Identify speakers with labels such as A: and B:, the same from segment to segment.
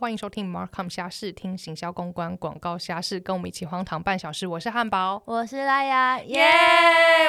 A: 欢迎收听 Markham 虾事，听行销公关广告虾事，跟我们一起荒唐半小时。我是汉堡，
B: 我是拉雅，耶、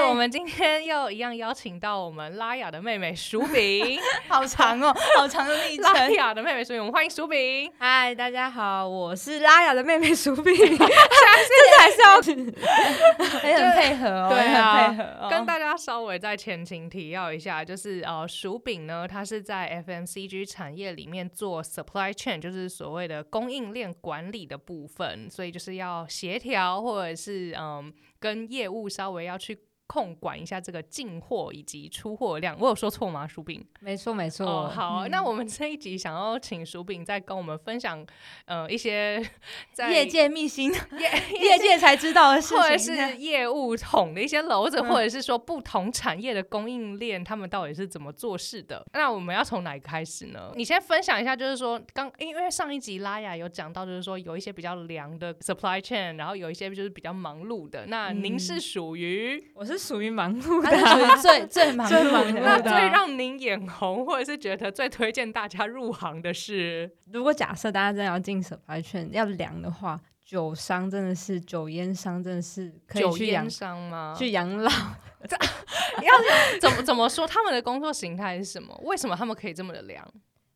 A: 我们今天又一样邀请到我们拉雅的妹妹薯饼，
B: 好长 哦，好长的历
A: 拉雅的妹妹薯饼，我们欢迎薯饼。
B: 嗨，大家好，我是拉雅的妹妹薯 饼，真的还是 要啊也很配合哦，
A: 对
B: 也很
A: 啊
B: 配合哦，
A: 跟大家稍微在前情提要一下，就是呃，薯饼呢，它是在 FMCG 产业里面做 supply chain，就是所谓的供应链管理的部分，所以就是要协调或者是嗯，跟业务稍微要去。控管一下这个进货以及出货量，我有说错吗？薯饼
B: 没错没错，嗯
A: 哦，好啊、那我们这一集想要请薯饼再跟我们分享，呃，一些 在
B: 业界秘 辛，
A: 业
B: 业界才知道的事情，
A: 或者 是业务桶的一些篓子，
B: 嗯
A: 或者是说不同产业的供应链，他们到底是怎么做事的？那我们要从哪一个开始呢？你先分享一下，就是说刚因为上一集拉雅有讲到，就是说有一些比较凉的 supply chain，然后有一些就是比较忙碌的。那您
C: 嗯
A: 是属于、
C: 我是属于忙碌
B: 它是属于
C: 的，
B: 啊最 最忙
C: 最
B: 碌
C: 忙
B: 的。
C: 碌
A: 那
C: 的
A: 最让您眼红，或者是觉得最推荐大家入行的是？
C: 如果假设大家真的要进 supply chain 要量的话，酒商真的是酒烟商真的是可以
A: 酒
C: 去养
A: 烟商吗？
C: 去养老。
A: 怎么怎么说？他们的工作形态是什么？为什么他们可以这么的凉？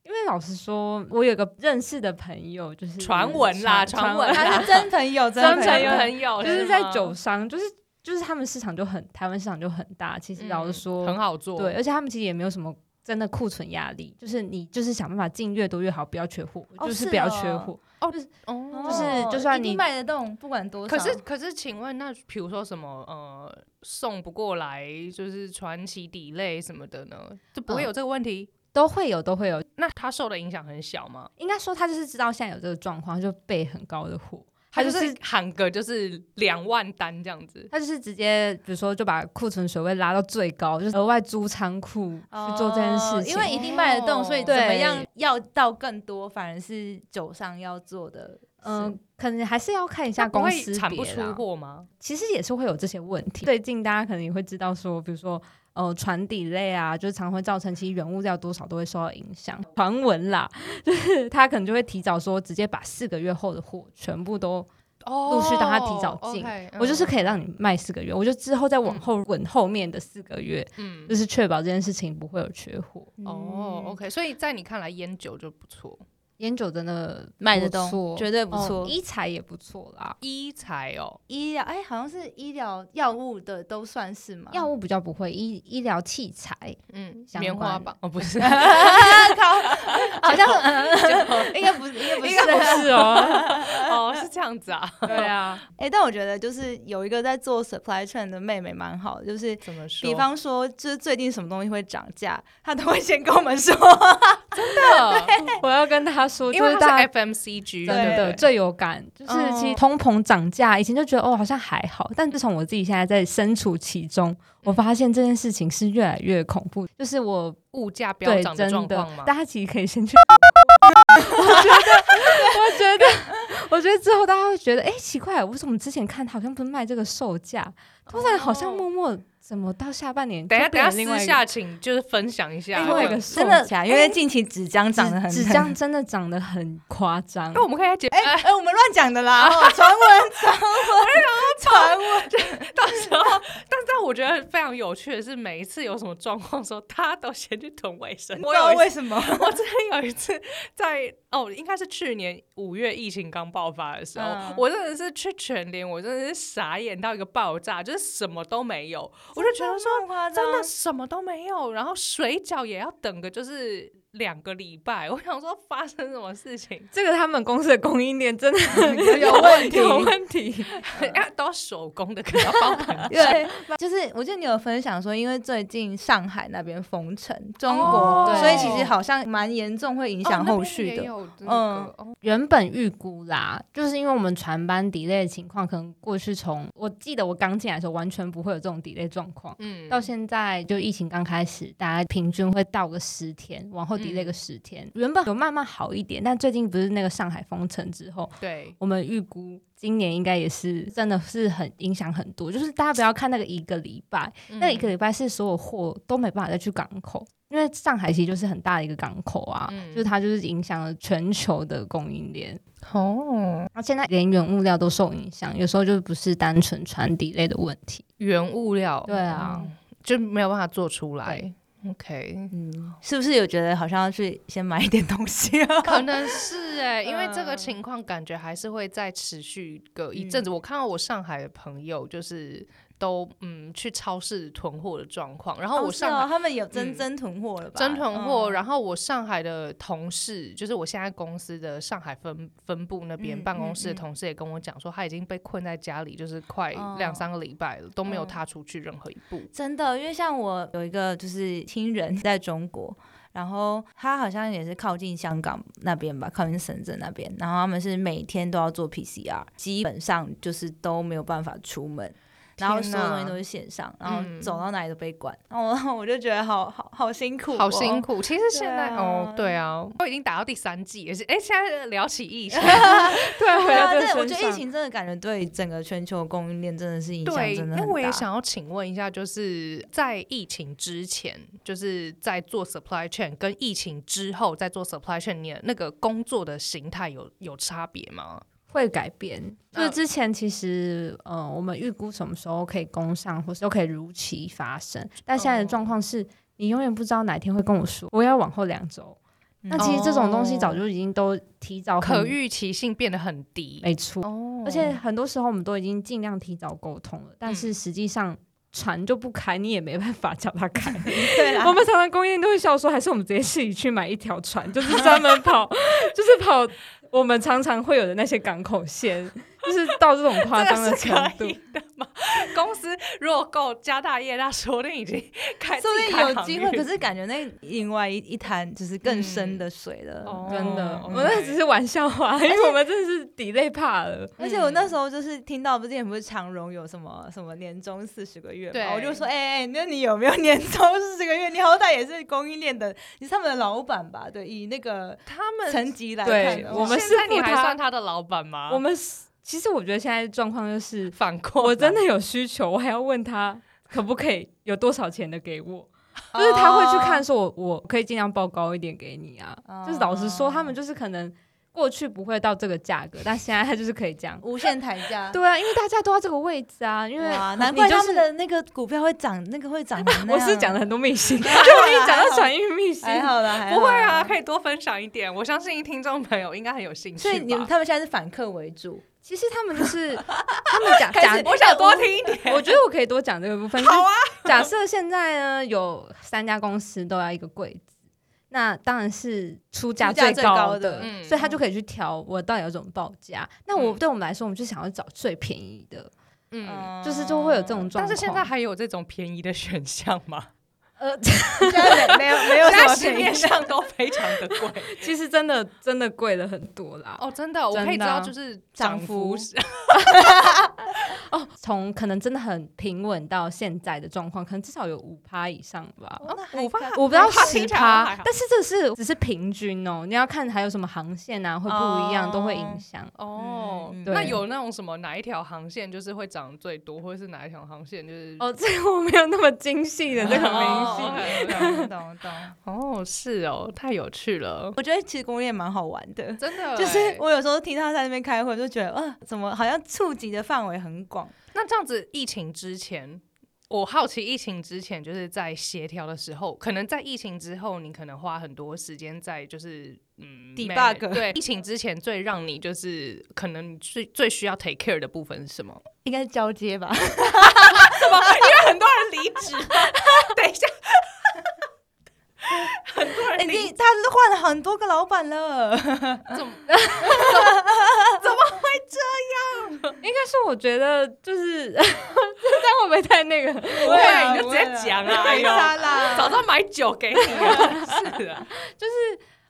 C: 因为老实说，我有个认识的朋友，就是
A: 传闻啦传闻
B: 他 是真朋友，真
C: 真
B: 友
C: 朋友
A: 很有，
C: 就是在
A: 吗
C: 酒商，就是就是他们市场就很台湾市场就很大。其实老实说，
A: 嗯很好做，
C: 对，而且他们其实也没有什么真的库存压力，就是你就是想办法进越多越好，不要缺货，
B: 哦
C: 就是
B: 是
C: 不要
B: 哦
C: 缺货。
A: 哦，
C: 就是
A: 哦
C: 就是就算
B: 一定
C: 你
B: 卖得动，不管多少，
A: 可是可是，请问那比如说什么呃送不过来，就是传奇底类什么的呢，就不会有这个问题？
C: 都会有，都会有，
A: 那他受的影响很小吗？
C: 应该说他就是知道现在有这个状况，就备很高的货，
A: 他
C: 就
A: 就是喊个就是两万单这样子，
C: 他就是直接比如说就把库存水位拉到最高，就是额外租仓库去做这件事情。
B: 哦因为一定卖得动，
A: 哦
B: 所以怎么
C: 对
B: 样要到更多，反而是酒商要做的。
C: 嗯、
B: 嗯，
C: 可能还是要看一
A: 那
C: 下
A: 不
C: 公
A: 会
C: 司
A: 产不
C: 别
A: 出
C: 啦。
A: 货吗？
C: 其实也是会有这些问题。最近大家可能也会知道说，比如说呃船底类啊，就是常会造成其实原物料多少都会受到影响。传闻啦，就是他可能就会提早说，直接把四个月后的货全部都
A: 哦
C: 陆续让他提早进
A: OK，嗯
C: 我就是可以让你卖四个月，我就之后再往后稳后面的四个月，
A: 嗯
C: 就是确保这件事情不会有缺货。
A: 哦，OK，所以在你看来烟酒就不错，
C: 烟酒真的
B: 卖得
C: 不
B: 动，
C: 错
B: 绝对不
C: 哦
B: 错。
C: 一材也不错啦。
A: 医材哦，
B: 医疗，哎，好像是医疗药物的都算是 吗？
C: 药物比较不会，医医疗器材
A: 嗯，
C: 相
A: 棉花
C: 关
A: 棒哦，不 是
B: 好像 是应该不是，应该不是，
C: 是哦，
A: 哦，是这样子啊？
C: 对啊，
B: 哎、但我觉得就是有一个在做 supply chain 的妹妹蛮好的，就是
A: 怎么说？
B: 比方说，就是最近什么东西会涨价，她都会先跟我们说。
A: 的，
C: 我要跟他说，
A: 因为
C: 就是
A: 它
C: 大
A: 是
C: 家
A: FMCG，
B: 对
C: 真的最有感，就是
B: 嗯
C: 其实通膨涨价，以前就觉得哦好像还好，但自从我自己现在在身处其中，我发现这件事情是越来越恐怖，就是我
A: 物价飙
C: 对
A: 涨的
C: 真
A: 状况
C: 的
A: 吗，？
C: 大家其实可以先去。我觉得，我觉得，我觉得之后大家会觉得，哎、奇怪，为什么之前看好像不是卖这个售价，突然好像默默怎么到下半年就
A: 等一下，等
C: 变
A: 一下，
C: 成另外
A: 私
C: 一个
A: 下请就是分享一下。
C: 另外一
A: 这
C: 个
A: 个
C: 售
B: 哎真的
C: 价，，
B: 因为近期纸浆涨得很
C: 纸纸
B: 很
C: 浆真的涨得很夸张
A: 那。我们可以来解，
B: 哎哎、我们乱讲的啦，哦传闻传闻传闻，
A: 到时候， 但但我觉得非常有趣的是，每一次有什么状况的时候，大家都先去囤卫生。
B: 不
A: 我
B: 知道
A: 有一
B: 为
A: 次，
B: 什么。
A: 我之前有一次在哦，应该是去年五月疫情刚爆发的时候，
B: 嗯
A: 我真的是去全联，我真的是傻眼到一个爆炸，就是什么都没有，我就 觉得说。
B: 么夸张啊
A: 真的什么都没有，然后水饺也要等个就是两个礼拜。我想说发生什么事情，
C: 这个他们公司的供应链真 的
B: 有问题
C: 嗯有问题。
A: 要都手工的，可能要包很久。
B: 对，就是我记得你有分享说，因为最近上海那边封城，中国，
A: 哦
C: 对
B: 所以其实好像蛮严重，会影响后续的。
A: 嗯，哦
C: 原本预估啦，就是因为我们船班 delay 的情况，可能过去从我记得我刚进来的时候，完全不会有这种 delay 状况。
A: 嗯
C: 到现在就疫情刚开始，大家平均会到个十天，往后
A: 嗯
C: delay 个十天。原本有慢慢好一点，但最近不是那个上海封城之后，
A: 对，
C: 我们预估今年应该也是真的是很影响很多。就是大家不要看那个一个礼拜，
A: 嗯
C: 那一个礼拜是所有货都没办法再去港口，因为上海其实就是很大的一个港口啊，
A: 嗯
C: 就是它就是影响了全球的供应链。
A: 哦，
C: 然后现在连原物料都受影响，有时候就不是单纯传递类的问题。
A: 原物料，
C: 对
B: 哦
C: 啊
A: 嗯，就没有办法做出来。OK，
B: 嗯，是不是有觉得好像要去先买一点东西 啊？
A: 可能是哎、因为这个
B: 嗯
A: 情况感觉还是会再持续个一阵子。我看到我上海的朋友就是都嗯去超市囤货的状况，然后我
B: 是
A: 上
B: 哦，
A: 海。
B: 他们有真
A: 嗯
B: 真囤货了吧？
A: 真囤货，
B: 嗯
A: 然后我上海的同事，就是我现在公司的上海分分部那边
B: 嗯
A: 办公室的
B: 嗯嗯
A: 同事，也跟我讲说，他已经被困在家里，就是快
B: 哦
A: 两三个礼拜了，都没有
B: 嗯
A: 踏出去任何一步。
B: 真的，因为像我有一个就是亲人在中国，然后他好像也是靠近香港那边吧，靠近深圳那边，然后他们是每天都要做 PCR，基本上就是都没有办法出门。然后
A: 天
B: 所有东
A: 哪
B: 西都是线上，然后
A: 嗯
B: 走到哪里都被管，然后我然后我就觉得好好好辛苦、哦
A: 好辛
B: 苦。
A: 苦。其实现在、
B: 对啊
A: 哦，对啊，我已经打到第三季，也是哎、现在聊起疫 情，
C: 对
B: 对啊，
C: 这
B: 这我觉得疫情真的感觉对整个全球供应链真的是影响
A: 对，
B: 真的
A: 那
B: 很大。
A: 我也想要请问一下，就是在疫情之前，就是在做 supply chain，跟疫情之后在做 supply chain，你的那个工作的形态有有差别吗？
C: 会改变。就是之前其实，呃，我们预估什么时候可以供上，或是都可以如期发生，但现在
A: 哦
C: 的状况是你永远不知道哪一天会跟我说我要往后两周。
B: 嗯，
C: 那其实这种东西早就已经都提早哦很
A: 哦可，预期性变得很低。
C: 没错。
A: 哦
C: 而且很多时候我们都已经尽量提早沟通了，但
A: 嗯
C: 是实际上船就不开，你也没办法叫它开。
B: 对 啊啦
C: 我，们常常供应链都会笑说，还是我们直接自己去买一条船，就是专门 跑，就是跑我们常常会有的那些港口线，就是到这种夸张的程
A: 这
C: 度
A: 个是。 公司如果够家大业大，说不定已经开，
B: 说不
A: 自己
B: 定
A: 开
B: 有
A: 航
B: 机
A: 运
B: 会，可是感觉那另外一一滩就是更深的水了。
A: 哦
C: 真的，
A: 哦
C: 我们那只是玩笑话，因为我们真的是 delay 怕了。
B: 而且我那
A: 嗯
B: 时候就是听到，不是之前不是长荣有什么什么年终四十个月
A: 对
B: 嘛，我就说，哎、哎、那你有没 有年终四十个月？你好歹也是供应链的，你是他们的老板吧？对，以那个
A: 他们
B: 层级来
C: 对
B: 看的话，
C: 我们
A: 现在
C: 是付
A: 你还
C: 他
A: 算他的老板吗？
C: 我们是其实我觉得现在状况就是，
A: 反过来，
C: 我真的有需求，我还要问他可不可以有多少钱的给我，
B: 哦
C: 就是他会去看，说我我可以尽量报高一点给你啊。
B: 哦
C: 就是老实说，他们就是可能过去不会到这个价格，但现在他就是可以这样。
B: 无限抬价。
C: 对啊，因为大家都到这个位置啊，因为
B: 哇，难怪
C: 你就
B: 他
C: 是
B: 们的嗯那个股票会涨，那个会涨成那
C: 我是
B: 样
C: 讲 了很多秘辛，
B: 还好 啦
C: 一
B: 还
C: 讲到
B: 好
C: 转运秘辛，
B: 还好啦，还好
A: 不会啊，
B: 啦。
A: 可以多分享一点。我相信听众朋友应该很有兴趣
B: 所以你
A: 吧
B: 他们现在是反客为主，
C: 其实他们就是他们 假
B: 开
C: 假
B: 始，
A: 我想多听一 点。
C: 我觉得我可以多讲这个部分。好啊，假设现在呢有三家公司都要一个柜子，那当然是出价
B: 出价
C: 最
B: 最
C: 高
B: 高的
A: 嗯
C: 所以他就可以去调我到底要怎么报价。那我
A: 嗯
C: 对我们来说，我们就想要找最便宜的，
A: 嗯，
B: 哦
C: 就是就会有这种状况。
A: 但是现在还有这种便宜的选项吗？
C: 呃，
B: 现在没没有没有
A: 现
B: 什么
A: 在市
B: 便宜
A: 面上都非常的贵
C: 其实真的真的贵了很多啦。
A: 哦，真的，我可以知道就是涨幅是
C: 哦，从可能真的很平稳到现在的状况，可能至少有五趴以上吧。
B: 哦那还
A: 五
B: 可
A: 趴
B: 以
C: 我不知道
A: 还好
C: 十
A: 听起来好像还
C: 趴
A: 好，
C: 但是这是只是平均哦，你要看还有什么航线啊会不一样，
B: 哦
C: 都会影响。
A: 哦。
B: 嗯嗯
A: 那
C: 对
A: 有那种什么哪一条航线就是会涨最多，或者是哪一条航线就是
C: 哦，这个我没有那么精细的这个明
A: 哦
C: 细。
A: 明细
B: 懂懂懂。
A: 哦是哦，太有趣了，
B: 我觉得其实攻略蛮好玩的，
A: 真的欸。
B: 就是我有时候听他在那边开会，就觉得啊，怎么好像触及的范围很广。
A: 那这样子，疫情之前，我好奇疫情之前就是在协调的时候，可能在疫情之后，你可能花很多时间在就是嗯
B: Debug
A: manage- 对，疫情之前最让你就是可能最最需要 take care 的部分是什么？
B: 应该是交接 吧，
A: 什么？ 因为很多人离职了。 等一下，很多
B: 已
A: 人离
B: 经哎他是换了很多个老板了，
A: 怎么？
C: 应该是我觉得就是， 这样会不会太那个？
B: 不
A: 会啊你 就直接讲啊哎呦
B: 没差啦。
A: 早知道买酒给你啊！是啊，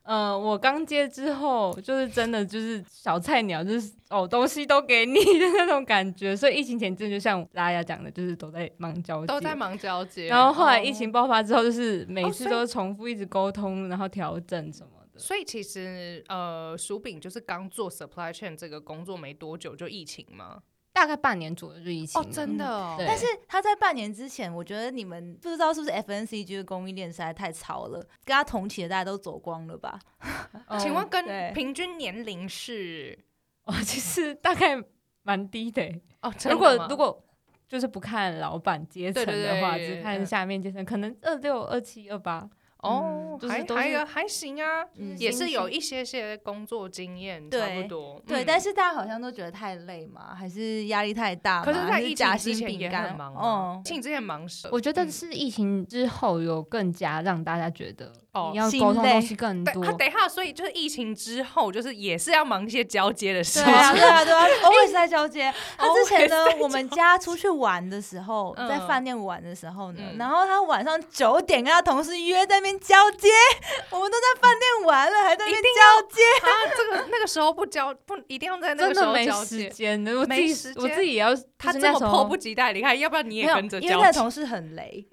C: 呃，我刚接之后，就是真的就是小菜鸟，就是哦，东西都给你的那种感觉。所以疫情前真的就像拉雅讲的，就是都在忙交接，
A: 都在忙交接。
C: 然后后来
A: 哦
C: 疫情爆发之后，就是每
A: 哦
C: 次
A: 所以
C: 都重复一直沟通，然后调整什么的。
A: 所以其实呃，薯饼就是刚做 supply chain 这个工作没多久就疫情吗？
C: 大概半年左右就疫情
A: 哦
C: 了，
A: 真的哦
C: 嗯对
B: 但是他在半年之前，我觉得你们不知道是不是 FNCG 的供应链实在太潮了，跟他同期的大家都走光了吧？
C: 嗯
A: 请问
B: 对
A: 跟平均年龄是？
C: 哦，其实大概蛮低的欸、
A: 哦，真的
C: 如果
A: 吗
C: 如果就是不看老板阶层
A: 对对
C: 的话，
A: 对嗯
C: 只看下面阶层，可能二六、二七、二八，
A: 哦
C: 嗯，就是
A: 还
C: 都是
A: 还还行啊，
B: 嗯
A: 也是有一些些工作经验，
B: 对
A: 差不多。嗯
B: 对，但是大家好像都觉得太累嘛，还是压力太大嘛？
A: 可是，在
B: 还是
A: 疫
B: 夹
A: 情之
B: 心
A: 前
B: 饼
A: 也
B: 干
A: 很忙啊。
B: 哦
A: 疫，情之前忙什么？
C: 我觉得
A: 嗯
C: 是疫情之后有更加让大家觉得
A: 哦
C: 你要
B: 心
C: 沟通
B: 累
C: 东西更
A: 对
C: 多
A: 啊，。等一下，所以就是疫情之后，就是也是要忙一些交接的事
B: 对
A: 情。
B: 啊，对啊，对啊，always 在交接。 他之前呢
A: Always 在，
B: 我们家出去玩的时候，
A: 嗯
B: 在饭店玩的时候呢，
A: 嗯
B: 然后他晚上九点跟他同事约在那边交接， 我们都在饭店玩了，还在那边
A: 一定
B: 交接。
A: 啊，这个那个时候不交，不一定要在那
C: 真
A: 个时
C: 的
A: 候
C: 没
A: 交
C: 时
A: 接。
C: 间的，我自
A: 没
C: 己
A: 时
C: 我
A: 间
C: 自己也要。
A: 他
C: 就
A: 这
C: 是那
A: 么
C: 时
A: 迫
C: 候
A: 不及待，你看，要不然你也
B: 没有
A: 跟着，
B: 因为
A: 交
B: 那
A: 接。Oh
B: 同事很雷，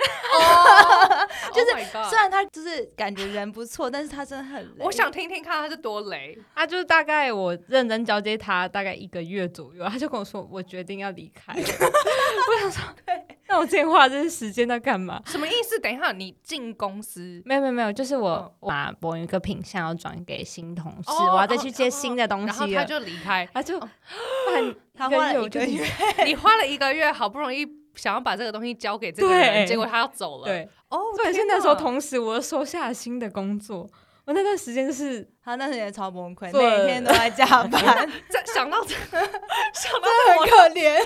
A: 就是
B: 虽然他就是感觉人不错，但是他真的很雷。
A: 啊我想听听看他是多雷，
C: 他就大概我认真交接他大概一个月左右，他就跟我说我决定要离开 了。我想说， 那我之前花这些时间在干嘛？
A: 什么意思？等一下，你进公司
C: 没有没有没有，就是我、
A: 嗯
C: 我把某一个品相要转给新同事，
A: 哦
C: 我要再去接新的东
A: 然哦后
C: 西
A: 他
C: 了。
A: 就离
C: ，
A: 开
C: 他就半
B: 他花了一个
C: 一
B: 月，
A: 你花了一个月，好不容易想要把这个东西交给这个人，
C: 对
A: 结果他要走了。，
C: 对，
A: 哦，
C: 所以是
A: 天哪
C: 那时候，同时我又收下了新的工作。我那段时间就是
B: 他那时候也超崩溃，
C: 做了
B: 每天都在加 班，
A: 这想到这， 想到
B: 很可怜。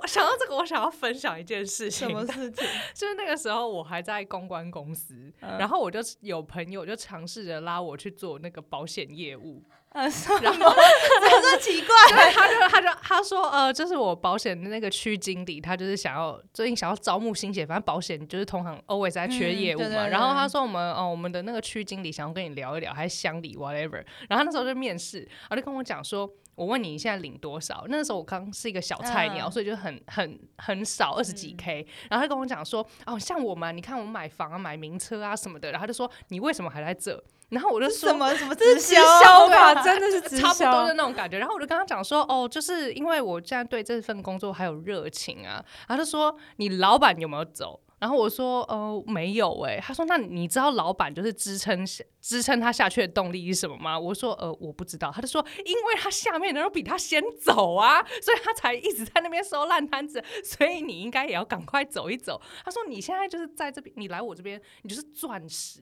A: 我想到这个，我想要分享一件事情
B: 什，么 事情？
A: 就是那个时候我还在公关公司，
B: 嗯
A: 然后我就有朋友就尝试着拉我去做那个保险业务，
B: 然
A: 然后
B: 后说哎奇怪，
A: 对，他就他就他说呃，就是我保险的那个区经理，他就是想要最近想要招募新血，反正保险就是同行 always 在缺业务嘛。
B: 嗯对对对
A: 然后他说我们哦、我们的那个区经理想要跟你聊一聊，还是乡里 whatever。然后 他那时候就面试，然后就跟我讲说。我问你，你现在领多少？那时候我刚是一个小菜鸟，
B: 嗯
A: 所以就很很很少，二十几 K。然后他跟我讲说，哦，像我们，你看我买房啊、买名车啊什么的。然后他就说，你为什么还在这？然后我就说，
B: 什么什么直
C: 直
B: 销
C: 销吧，
B: 对啊
C: 真的是直
A: 差不多
C: 销
A: 的。那种感觉。然后我就跟他讲说，哦，就是因为我现在对这份工作还有热情啊。然后他就说，你老板有没有走？然后我说，呃，没有诶、他说，那你知道老板就是支撑下支撑他下去的动力是什么吗？我说，呃，我不知道。他就说，因为他下面的人都比他先走啊，所以他才一直在那边收烂摊子。所以你应该也要赶快走一走。他说，你现在就是在这边，你来我这边，你就是钻石。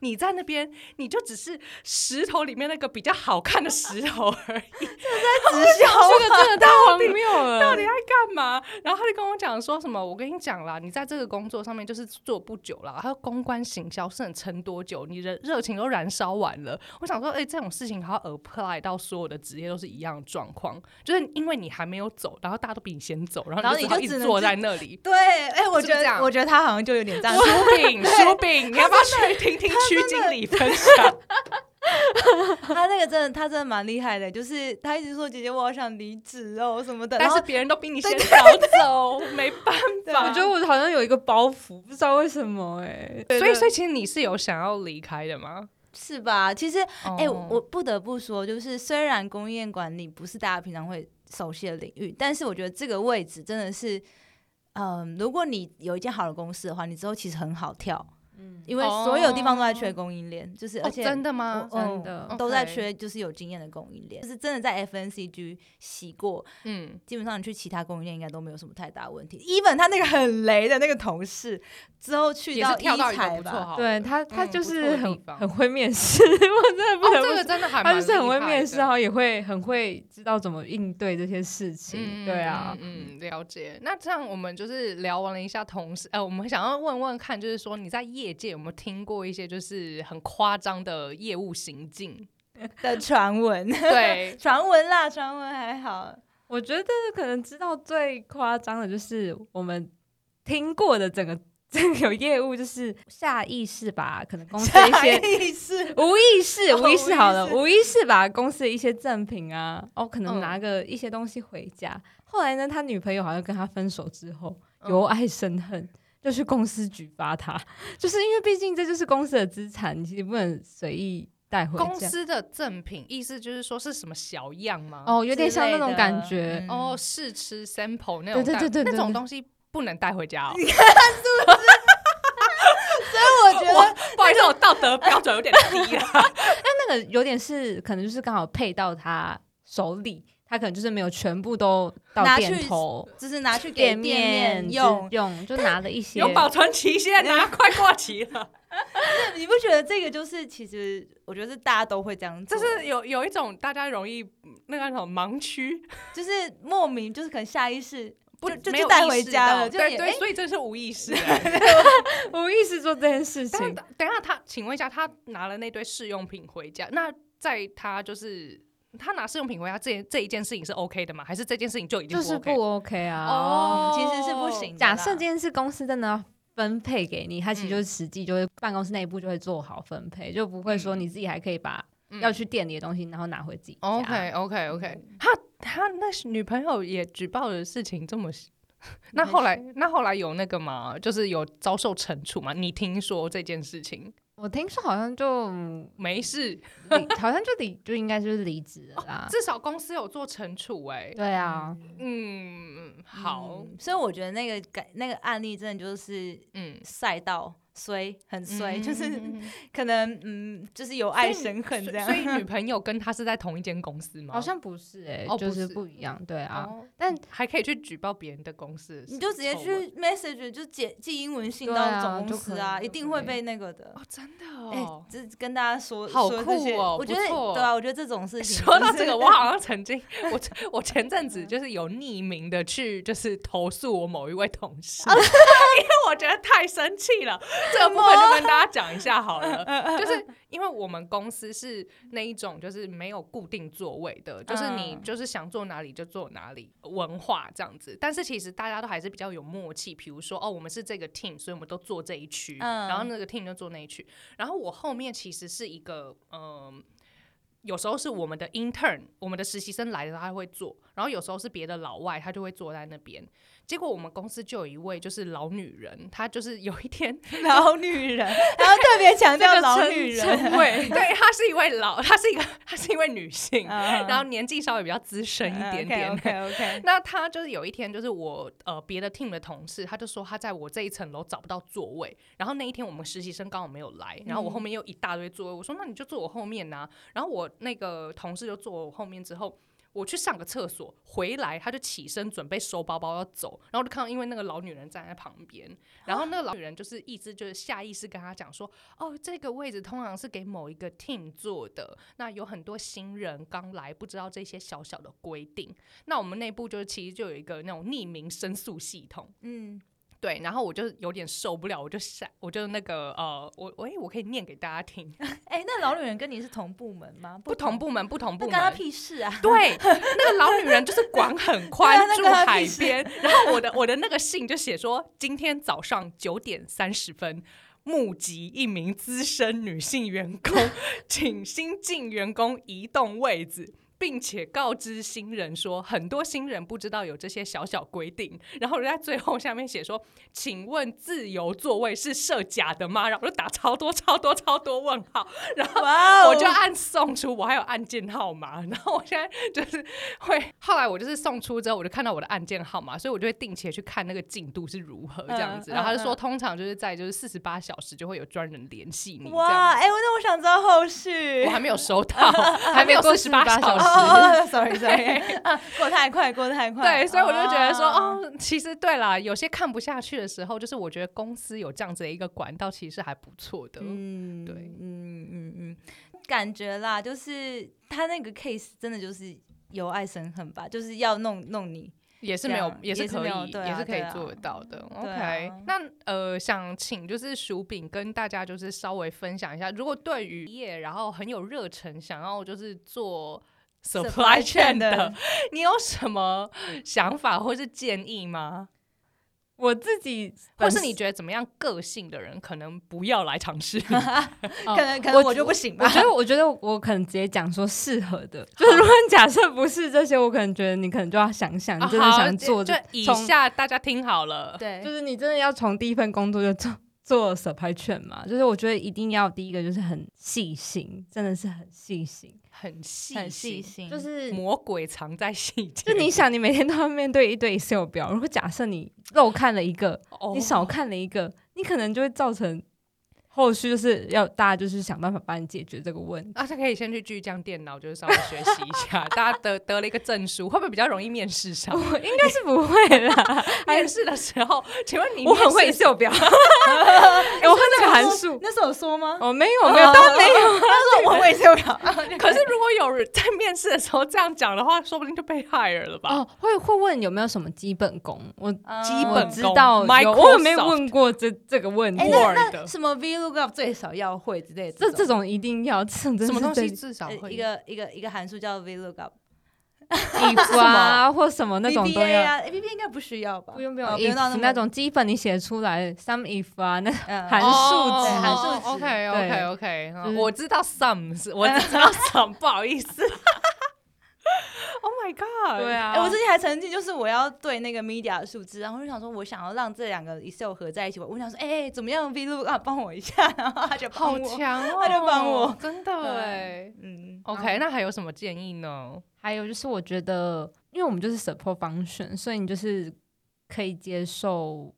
A: 你在那边，你就只是石头里面那个比较好看的石头 而已，
B: 啊直销
C: 这个真的太荒谬了，
A: 到底在干嘛？然后他就跟我讲说什么，我跟你讲啦，你在这个工作上面就是做不久啦，还有公关行销是很撑多久，你的热情都燃烧完了。我想说，哎、这种事情还要 apply 到所有的职业都是一样的状况，就是因为你还没有走，然后大家都比你先走，然
B: 然
A: 后
B: 后
A: 你
B: 你
A: 就
B: 就
A: 一
B: 只
A: 直
B: 能
A: 坐
B: 自
A: 在那里。
B: 对，哎、我
A: 是不是
B: 觉
A: 这
B: 得
A: 样
B: 我觉得他好像就有点这样，
A: 薯饼，薯饼，你要不要去听听区经理分享？
B: 他那个真的，他真的蛮厉害的，就是他一直说姐姐我好想离职哦什么的，
A: 但
B: 然后
A: 是别人都比你先早走，没办
B: 对啊
A: 法。
C: 我觉得我好像有一个包袱，不知道为什么哎、
A: 所以，所
C: 以
A: 以其实你是有想要离开的吗？
B: 是吧？其实，哎、
A: 哦
B: 我我不得不说，就是虽然供应链管理不是大家平常会熟悉的领域，但是我觉得这个位置真的是。嗯，如果你有一间好的公司的话，你之后其实很好跳，
C: 嗯，
B: 因为所有地方都在缺供应链，就是而
A: 哦，
B: 且
A: 真的
B: 我
A: 吗？
B: 嗯
C: 真的
B: 都在
A: OK
B: 缺就是有经验的供应链，就是真的在 FNCG 洗过，
A: 嗯，
B: 基本上你去其他供应链应该都没有什么太大问题。even 他那个很雷的那个同事，之后去
A: 也是
B: 到
A: 跳到
B: 一
A: 一个
B: 彩
A: 不错
B: 吧，
A: 好的，
C: 对他他
A: 嗯
C: 就
A: 不错
C: 是
A: 的
C: 很
A: 地方
C: 很会面试，我真的不
A: 哦，
C: 能
A: 这
C: 不
A: 个
C: 说。
A: 真的还
C: 他
A: 蛮
C: 就是很会面试，然
A: 厉害的。
C: 后也会很会知道怎么应对这些事情，
A: 嗯，
C: 对啊，
A: 嗯，嗯了解。那这样我们就是聊完了一下同事，呃，我们想要问问看，就是说你在业界有没有听过一些就是很夸张的业务行径？
B: 的传闻，
A: 对，
B: 传闻啦，传闻还好。
C: 我觉得可能知道最夸张的就是我们听过的整个这个有业务就是下意识把可能公司的一
B: 下
C: 些
B: 意识
C: 无意识，
B: 哦
C: 无意识好了，
B: 无意识
C: 无意识把公司的一些赠品啊，哦，可
A: 嗯
C: 能拿个一些东西回家。后来呢，他女朋友好像跟他分手之后，
B: 嗯
C: 由爱生恨，就去公司举发他， 就是因为毕竟这就是公司的资产，你不能随意带回
A: 公
C: 家。
A: 司的赠品，意思就是说是什么小样吗？
C: 哦，有点像那
B: 之
C: 种
B: 类的
C: 感觉，
B: 嗯
A: 哦，试吃 sample 那种
C: 对
A: 带，
C: 对对对对
A: 那种
C: 对
A: 东西不能带回家哦。
B: 我觉 得
A: 不好意思，我道德标准有点低了。
C: 那个有点是可能就是刚好配到他手里，他可能就是没有全部都到
B: 拿
C: 店
B: 去
C: 头。
B: 就是拿去给店面
C: 只
B: 用，
C: 用就拿了一些，
A: 有保存期限啊，快过期了。
B: 你不觉得这个就是其实我觉得是大家都会这样
A: 就
B: 做，
A: 是有有一种大家容易嗯那个什么盲区，
B: 就是莫名就是可能下意识
A: 不
B: 就就
A: 没有
B: 就带
A: 意
B: 回
A: 识
B: 家
A: 到
B: 了，就
A: 对
B: 也
A: 对，
B: 哎啊
A: 所以这是无意 识的。
C: 无意识做这件事
A: 等一
C: 情。
A: 下等一下，他请问一下，他拿了那堆试用品回家，那在他就是他拿试用品回家这件这一件事情是 OK 的吗？还是这件事情就已经
C: 就是
A: OK？
C: 不 OK 啊。
A: 哦
B: 其实是不行的啦。
C: 假设今天是公司真的要分配给你，它其实就是实际就会办公室内部就会做好分配，就不会说你自己还可以把
A: 嗯
C: 要去店里的东西，然后拿回自己家。
A: OK OK OK，他
B: 嗯
A: 他那是女朋友也举报的事情这么 细，那后来那后来有那个嘛，就是有遭受惩处嘛？你听说这件事情？
C: 我听说好像就嗯
A: 没事，
C: 离好像就离就应该就是离职了
B: 啊
C: 啦。
A: 至少公司有做惩处哎、
C: 对啊，
A: 嗯，好，
B: 嗯所以我觉得那个感那个案例真的就是
A: 嗯，
B: 赛道衰，很衰，
A: 嗯
B: 就是
A: 嗯嗯嗯
B: 可能嗯，就是有爱生恨这 样。
A: 所以所以女朋友跟他是在同一间公司 吗？
C: 好像不是哎、
A: 哦
C: 就
A: 不是
C: 是不一样。对啊，
A: 哦
C: 但
A: 还可以去举报别人的公司的事，
B: 你就直接
A: 丑闻
B: 去 message 就寄寄英文信
C: 对啊
B: 到总公司啊，
C: 就可以
B: 一定会被那个的。
A: 哦，真的
B: 哎、
A: 哦。
B: 这跟大家说，
A: 好
B: 说这些
A: 酷哦
B: 我觉得
A: 不错
B: 对啊，我觉得这种事情、
A: 说到
B: 就是嗯
A: 这个，我好像曾经，我我前阵子就是有匿名的去，就是投诉我某一位同事，
B: 哦
A: 因为我觉得太生气了。这个部分就跟大家讲一下好
B: 嗯
A: 了，就是因为我们公司是那一种就是没有固定座位的，就是你
B: 嗯
A: 就是想坐哪里就坐哪里，文化这样子。但是其实大家都还是比较有默契，比如说哦，我们是这个 team，所以我们都坐这一区，
B: 嗯
A: 然后那个 team 就坐那一区。然后我后面其实是一个嗯。有时候是我们的 intern，我们的实习生来的时候他会坐，然后有时候是别的老外，他就会坐在那边。结果我们公司就有一位就是老女人，她就是有一 天
B: 老女人，然后特别强调
C: 这个
B: 老
C: 称
B: 女
C: 称
B: 人。
A: 对，对，她是一位老，她是一个，她是一位女性，
B: 嗯
A: 然后年纪稍微比较资深一点点。
B: OK OK，
A: 那她就是有一天，就是我呃别的 team 的同事，她就说她在我这一层楼找不到座位，然后那一天我们实习生刚好没有来，然后我后面又一大堆座位，我说那你就坐我后面呐、然后我那个同事就坐我后面之后。我去上个厕所，回来她就起身准备收包包要走，然后就看到因为那个老女人站在旁边，然后那个老女人就是一直就是下意识跟她讲说，哦，这个位置通常是给某一个 team 坐的，那有很多新人刚来不知道这些小小的规定，那我们内部就是其实就有一个那种匿名申诉系统，
B: 嗯，
A: 对，然后我就有点受不了，我就下我就那个呃，我我诶、我可以念给大家听，
B: 哎、那老女人跟你是同部门吗？
A: 不同部门不同
B: 那
A: 部
B: 干他
A: 门。
B: 屁事啊！
A: 对，那个老女人就是管 很宽
B: 对啊，那
A: 住
B: 关她
A: 海
B: 屁事
A: 边。然后我的我的那个信就写说，今天早上九点三十分。募集一名资深女性员工，请新进员工移动位置，并且告知新人说，很多新人不知道有这些小小规定。然后人家最后下面写说，请问自由座位是设假的吗？然后我就打超多超多超多问号。然后
B: 哇哦，
A: 我就按送出，我还有按键号码， 然后我现在就是会，后来我就是送出之后，我就看到我的按键号码，所以我就会定期地去看那个进度是如何这样子。
B: 嗯嗯
A: 然后他就说，
B: 嗯
A: 通常就是在就是四十八小时就会有专人联系你这
B: 哇，
A: 样
B: 哎、
A: 子。
B: 那我想知道后续
A: 我。还没有收 到， 还没有
C: 过
A: 四十八
C: 48
A: 小
B: 哦
C: 小
A: 时。
B: 哦哦 ，sorry sorry，啊，过太快，过太快。
A: 对，所以我就觉得说，
B: 啊，
A: 哦，其实对啦，有些看不下去的时候，就是我觉得公司有这样子的一个管道，其实是还不错的。
B: 嗯，
A: 对
B: 嗯嗯嗯，感觉啦，就是他那个 case 真的就是由爱生恨吧，就是要弄弄你。
A: 也是没有
B: 这，样
A: 也是
B: 也是
A: 可以，
B: 没有对啊
A: 也是可以
B: 对啊
A: 做得到的。
B: 对
A: OK，、
B: 啊
A: 那呃，想请就是薯饼跟大家就是稍微分享一下，如果对于业然后很有热忱，想要就是做 supply
B: Supply chain
A: chain 的
B: 的，
A: 你有什么想法或是建议吗？
C: 我自己
A: 或
C: 本
A: 是
C: 身
A: 你觉得怎么样个性的人，可能不要来尝 试。
B: 啊
C: 哦
B: 可能可
C: 我
B: 能我就不行吧
C: 我。觉得，我觉得我可能直接讲说适合的，就是如果你假设不是这些，我可能觉得你可能就要想想，你真的
A: 好
C: 想做
A: 就
C: 的，
A: 以
C: 从
A: 下大家听好了，
B: 对
C: 就，是你真的要从第一份工作就做做 supply chain 嘛，就是我觉得一定要第一个就是很细心，真的是很细心，
A: 很细
B: 很细
A: 心
B: 心，
C: 就是
A: 魔鬼藏在细节。
C: 就你想，你每天都要面对一堆 Excel 表，如果假设你漏看了一个，
A: 哦
C: 你少看了一个，你可能就会造成后续就是要大家就是想办法帮你解决这个问题。
A: 啊，他可以先去巨匠电脑，就是稍微学习一下。大家得得了一个证书，会不会比较容易面试上？
C: 我应该是不会 啦，
A: 面试的时候，请问你
C: 我很会
A: 面试
C: Excel 表，哎我会那个函数。
B: 那时候有说
A: 哦
B: 吗？
C: 哦
B: 哦
C: 我没 有没有，当然没有。
B: 他 说我会修表，
A: 可是如果有人在面试的时候这样讲的话，说不定就被 hire 了吧？
C: 哦，会会问有没有什么基本功？我
B: 嗯
A: 基
C: 嗯我
A: 本
C: 知
A: 功
C: 道有，
A: Microsoft
C: 我有没有问过这这个问题
B: 哎？
A: Word
B: 那那什么 VLOOKUP 最少要会之类的，
C: 这这种一定要，这种真
A: 什么
C: 是
A: 东西
C: 最
A: 至少
B: 呃
A: 会
B: 一个一个一个函数叫 VLOOKUP，
C: if 啊或什么那种都
B: VBA
C: 要。
B: 啊，APP 应该不需要吧？
C: 不用不用
B: 哦不用到
C: if
B: 那么
C: 那种基本你写出来 some if 啊，那
B: 嗯
C: 函数
A: 哦
C: 值
A: 哦
B: 函数值
A: OK OK
C: 对
A: OK，
C: 就是
A: 我知道 some 是，我只知道 some，不好意思。Oh my god！
C: 对啊
B: 哎、我之前还曾经就是我要对那个 media 的数字，然后我就想说，我想要让这两个 Excel 合在一起，我我想说，哎、怎么样 VLOOKUP 帮我一下， 然后他就帮
A: 好
B: 我，
A: 强哦，
B: 他就帮我，
A: 真的
B: 对
A: 哎。
B: 嗯，
A: OK，那还有什么建议呢？。
C: 还有就是我觉得，因为我们就是 support function，所以你就是可以接受，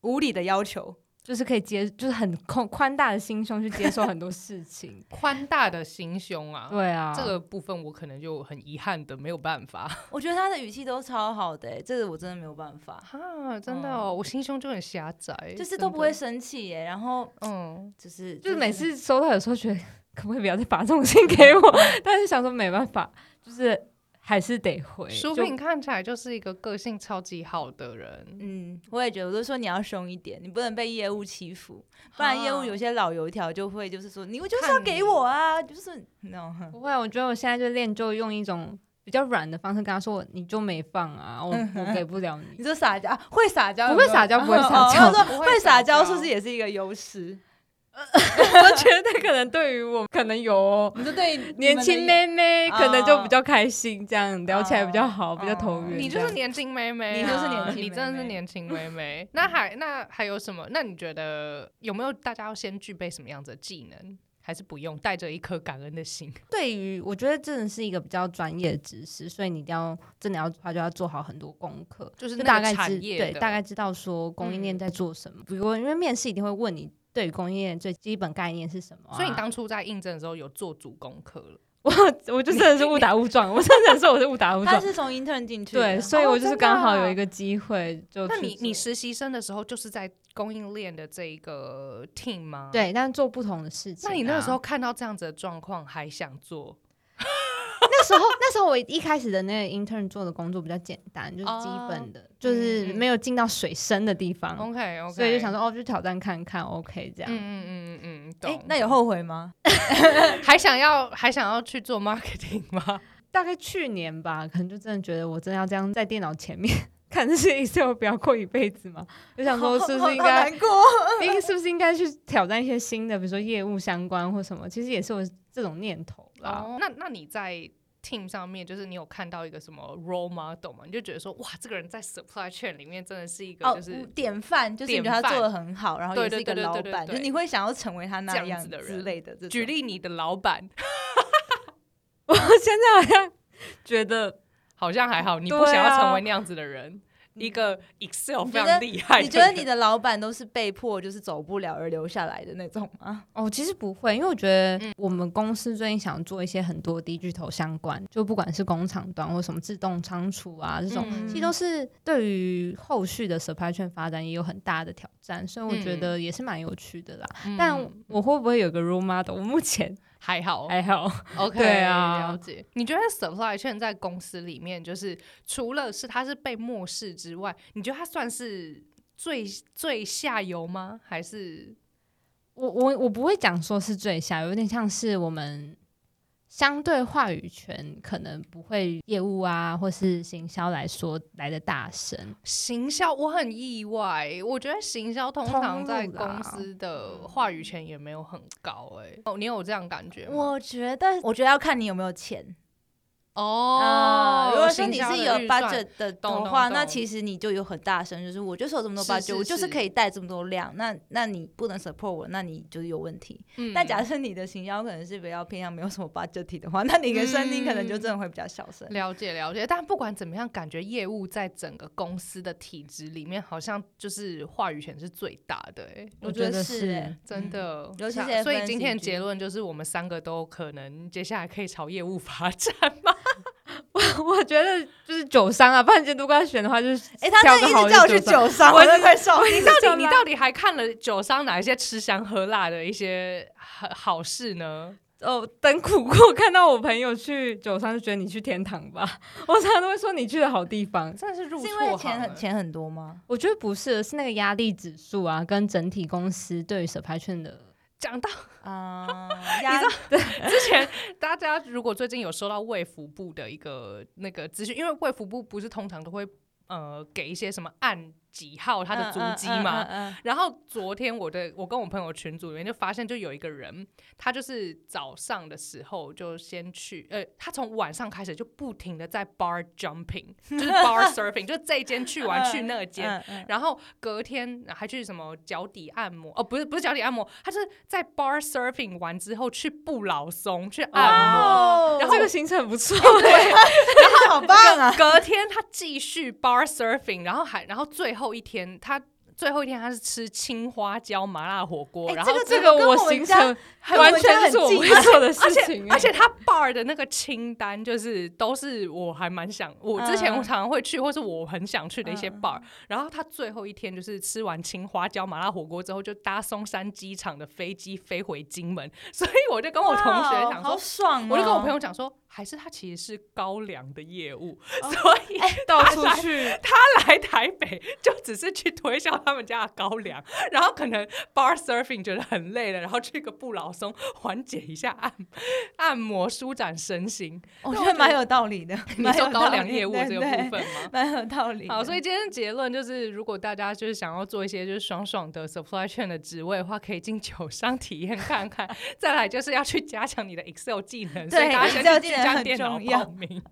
B: 无理的要求，
C: 就是可以接，就是很宽宽大的心胸去接受很多事情
A: 宽大的心胸啊，
C: 对啊，
A: 这个部分我可能就很遗憾的没有办法。
B: 我觉得他的语气都超好的、哎这个我真的没有办法，
A: 啊，真的哦，我心胸就很狭窄，
B: 就是
A: 真
B: 都不
A: 的
B: 会，生气耶、然后
A: 嗯，
B: 就是
C: 就是每次收到，有时候觉得可不可以不要再把这种信给我， 但是想说没办法，就是还是得回。
A: 舒
C: 就
A: 敏看起来就是一个个性超级好的人，
B: 嗯，我也觉得，我都说你要凶一点，你不能被业务欺负，不然
A: 啊
B: 业务有些老油条就会就是嗯说，你我就是要
A: 看你
B: 给我啊，就是 no，
C: 不会，啊我觉得我现在就练，就用一种比较软的方式跟他说，你就没放啊，我我给不了
B: 你
C: 你。
B: 说撒娇啊会撒娇有
C: 不
B: 没有，
C: 会撒娇不会 撒
B: 哦
C: 娇
B: 我要
A: 不
B: 说
A: 会
B: 会
A: 撒
B: 撒
A: 娇
B: 娇是不是也是一个优势？
C: 我觉得 可能对于我可能有哦
B: 你说对你
C: 年
B: 们
C: 轻
B: 的
C: 妹妹，可能就比较开心，这样聊起来比较好，
B: 哦
C: 比较投缘。
A: 你就
C: 这
A: 是
C: 样
A: 年轻妹妹啊，
B: 你就是年轻妹妹嗯
A: 你真的是年轻妹妹。那还那还有什么？那你觉得有没有大家要先具备什么样子的技能？还是不用带着一颗感恩的心，
C: 对于我觉得真的是一个比较专业的知识，所以你一定要真的要的话，就要做好很多功课。
A: 就是
C: 就
A: 那
C: 大
A: 个
C: 概
A: 产
C: 知
A: 业
C: 对，
A: 的
C: 大概知道说供应链
A: 嗯
C: 在做什么。比如说，因为面试一定会问你对于供应链最基本概念是什么啊、
A: 所以你当初在应征的时候有做足功课了。
C: 我我就真的是误打误撞，我真的是我是误 打误
B: 他
C: 撞。
B: 是从 intern 进去的，
C: 对，所以我就是刚好有一
A: 啊哦真的
C: 个机会就
A: 那
C: 去
A: 你
C: 做
A: 你实习生的时候就是在供应链的这一个 team 吗？。
C: 对，但是做不同的事情啊、
A: 那你那个时候看到这样子的状况，还想做？
C: 那时候那时候我一开始的那个 intern 做的工作比较简单，就是基
A: 哦
C: 本的，就是
A: 嗯嗯
C: 没有进到水深的地
B: 嗯
C: 方，
A: OK OK，
C: 所以就想，说哦，去挑战看看，OK 这样。
A: 嗯嗯嗯嗯嗯，懂。
B: 哎，那有后悔吗？
A: 还想要还想要去做 marketing 吗？
C: 大概去年吧，可能就真的觉得我真的要这样在电脑前面 看这些 Excel 表过一辈子嘛，就想说是不是应
B: 好好
C: 该，
B: 难过？哦
C: 应是不是应该去挑战一些新的，比如说业务相关或什么，其实也是我这种念头啦。
A: 哦，那那你在 team 上面，就是你有看到一个什么 role model 吗？你就觉得说，哇，这个人在 supply chain 里面真的是一个
B: 哦
A: 就是、，
B: 典范就是你觉得他做的很好，然后也是一个老
A: 对对对对对
B: 板，
A: 对
B: 就是你会想要成为他那
A: 这样
B: 样
A: 子的人
B: 之类的。这种
A: 举，例你的老 板，
C: 我现在好像觉得，
A: 好像还好，你不
C: 对啊
A: 想要成为那样子的人，一个 Excel
B: 你
A: 非
B: 觉得
A: 常厉害
B: 你觉得
A: 人
B: 你的老板都是被迫就是走不了而留下来的那种吗？
C: 哦，其实不会，因为我觉得
A: 嗯
C: 我们公司最近想做一些很多低巨头相关，就不管是工厂端或什么自动仓储啊这种，
A: 嗯
C: 其实都是对于后续的 supply chain 发展也有很大的挑战，所以我觉得也是蛮有趣的啦。
A: 嗯哦
C: 但哎我会不会有个 role model？我目前
A: 还好
C: 还好，
A: OK，
C: 对啊
A: 了解。你觉得 supply chain 在公司里面，就是除了是它是被漠视之外，你觉得它算是最最下游吗？还是
C: 我我我不会讲说是最下，有点像是我们相对话语权可能不会业务啊或是行销来说来的大声。
A: 行销我很意外，我觉得行销通常在
C: 通路啦
A: 公司
B: 嗯
A: 的话语权也没有很高、哎，哦，你有这样感觉吗？
B: 我觉得，我觉得要看你有没有钱啊
A: 哦，
B: 如果说你
A: 行销
B: 是
A: 的
B: 有
A: 预算
B: budget 的
A: 懂
B: 的话，
A: 懂
B: 那
A: 懂
B: 其实你就有很大声，就是我就是有这么多
A: 是
B: budget，
A: 是
B: 我就是是可以带这么多量。那那你不能 support 我，那你就是有问题。
A: 嗯
B: 但假设你的行销可能是比较偏向没有什么 budget 体的话，那你的声音可能就真的会比较小声。
A: 了解了解，但不管怎么样，感觉业务在整个公司的体制里面，好像就是话语权是最大的、哎，
B: 我觉得
C: 是
B: 是欸
A: 真的。
B: 尤其是
A: 像所以
B: FNCG
A: 今天的结论就是，我们三个都可能接下来可以朝业务发展嘛。
C: 我觉得就是酒商啊，不然就如果要选的话，就是
B: 哎、他
C: 挑
B: 真
C: 个
B: 的一
C: 好
B: 直
C: 的
B: 叫我去酒
C: 酒商
B: 商，
C: 我
B: 我
C: 也
B: 都快笑
A: 你
B: 死。
A: 到
C: 酒
A: 底你
C: 啦
A: 到底还看了酒商哪一些吃香喝辣的一些好好事呢？
C: 哦，等苦过看到我朋友去酒商，就觉得你去天堂吧。 我常常都会说你去的好地方。
A: 真的是入
B: 是因为
A: 错
B: 钱
A: 行
B: 很
A: 了。
B: 钱很多吗？
C: 我觉得不是，是那个压力指数啊，跟整体公司对于 supply chain 的
A: 讲到
B: 啊、压力
A: 之前，大家如果最近有收到卫福部的一个那个资讯，因为卫福部不是通常都会呃给一些什么按几号他的足迹嘛，
B: 嗯嗯嗯嗯嗯
A: 然后昨天我的我跟我朋友群组里面就发现，就有一个人，他就是早上的时候就先去，呃，他从晚上开始就不停的在 bar jumping，就是 bar surfing，就这一间去完去那间。
B: 嗯嗯
A: 然后隔天还去什么脚底按摩哦，不是不是脚底按摩，他是在 bar surfing 完之后去不老松去按摩，
B: 哦，
C: 然后这个行程很不错，
B: 好棒啊！
A: 隔天他继续 bar surfing，然后还然后最后一天他最后一天他是吃青花椒麻辣火锅，
B: 哎
A: 然
B: 这
A: 后
B: 个
C: 这个我行程完全是我不会做的事
A: 而且
C: 情、
A: 而且他 bar 的那个清单就是都是我还蛮想，我之前我常常会去，或是我很想去的一些
B: 嗯
A: bar、然后他最后一天就是吃完青花椒麻辣火锅之后，就搭松山机场的飞机飞回金门，所以我就跟我同学
B: 哇
A: 讲
B: 好
A: 说。
B: 爽、哦，
A: 我就跟我朋友讲说，还是他其实是高粱的业务，
B: 哦
A: 所以
C: 到
A: 他
C: 处
A: 来
C: 去
A: 他来台北就只是去推销他们家的高粱，然后可能 bar surfing 觉得很累了，然后去个不老松缓解一下按按摩舒展身心。
B: 我觉得蛮有道理的。
A: 你
B: 蛮有
A: 说高
B: 道
A: 粱
B: 理
A: 业务
B: 对
A: 这个
B: 对
A: 部分吗？
B: 蛮有道理的。
A: 好，所以今天的结论就是，如果大家就是想要做一些就是爽爽的 supply chain 的职位的话，可以进酒商体验看看。 再来就是要去加强你的 Excel 技能，所以
B: 对
A: 大家先
B: ，Excel
A: 去
B: 技
A: 这
B: 能
A: 家
B: 很
A: 电脑
B: 重要
A: 报名。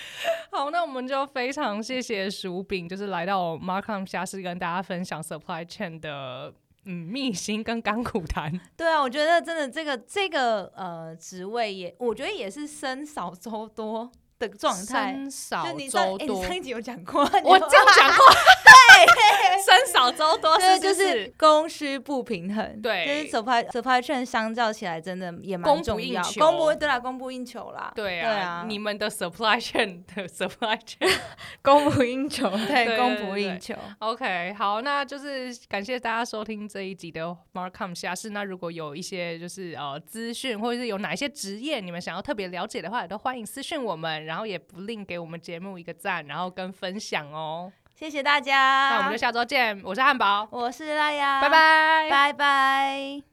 A: 好，那我们就非常谢谢薯饼，就是来到 Markham 下市跟大家分享 supply chain 的嗯秘辛跟甘苦谈。
B: 对啊，我觉得真的这个这个呃职位也，我觉得也是僧少粥多的状态。
A: 生少
B: 就你上
A: 粥
B: 哎
A: 多
B: 你，上一集有讲 过，你
A: 我 这样讲过，对， 生少粥多
B: 对，
A: 是
B: 就是是供需不平衡，
A: 对
B: 就是 supply supply chain 相较起来真的也
A: 供
B: 蛮
A: 不
B: 重
A: 应
B: 要，
A: 求
B: 供不对啦，供不应求啦，
A: 对啊，
B: 对啊，
A: 你们的 supply chain 的 supply chain。
C: 供不应求。
A: 对
B: 对供
A: 对
B: 不
A: 对
B: 应求，
A: OK，好，那就是感谢大家收听这一集的 Markham 下市。那如果有一些就是呃资讯，或者是有哪一些职业你们想要特别了解的话，也都欢迎私讯我们，然后也不吝给我们节目一个赞，然后跟分享哦。
B: 谢谢
A: 那
B: 大
A: 我
B: 家
A: 们就，下周见，我是汉堡，
B: 啊我是拉雅，
A: 拜，拜
B: 拜拜。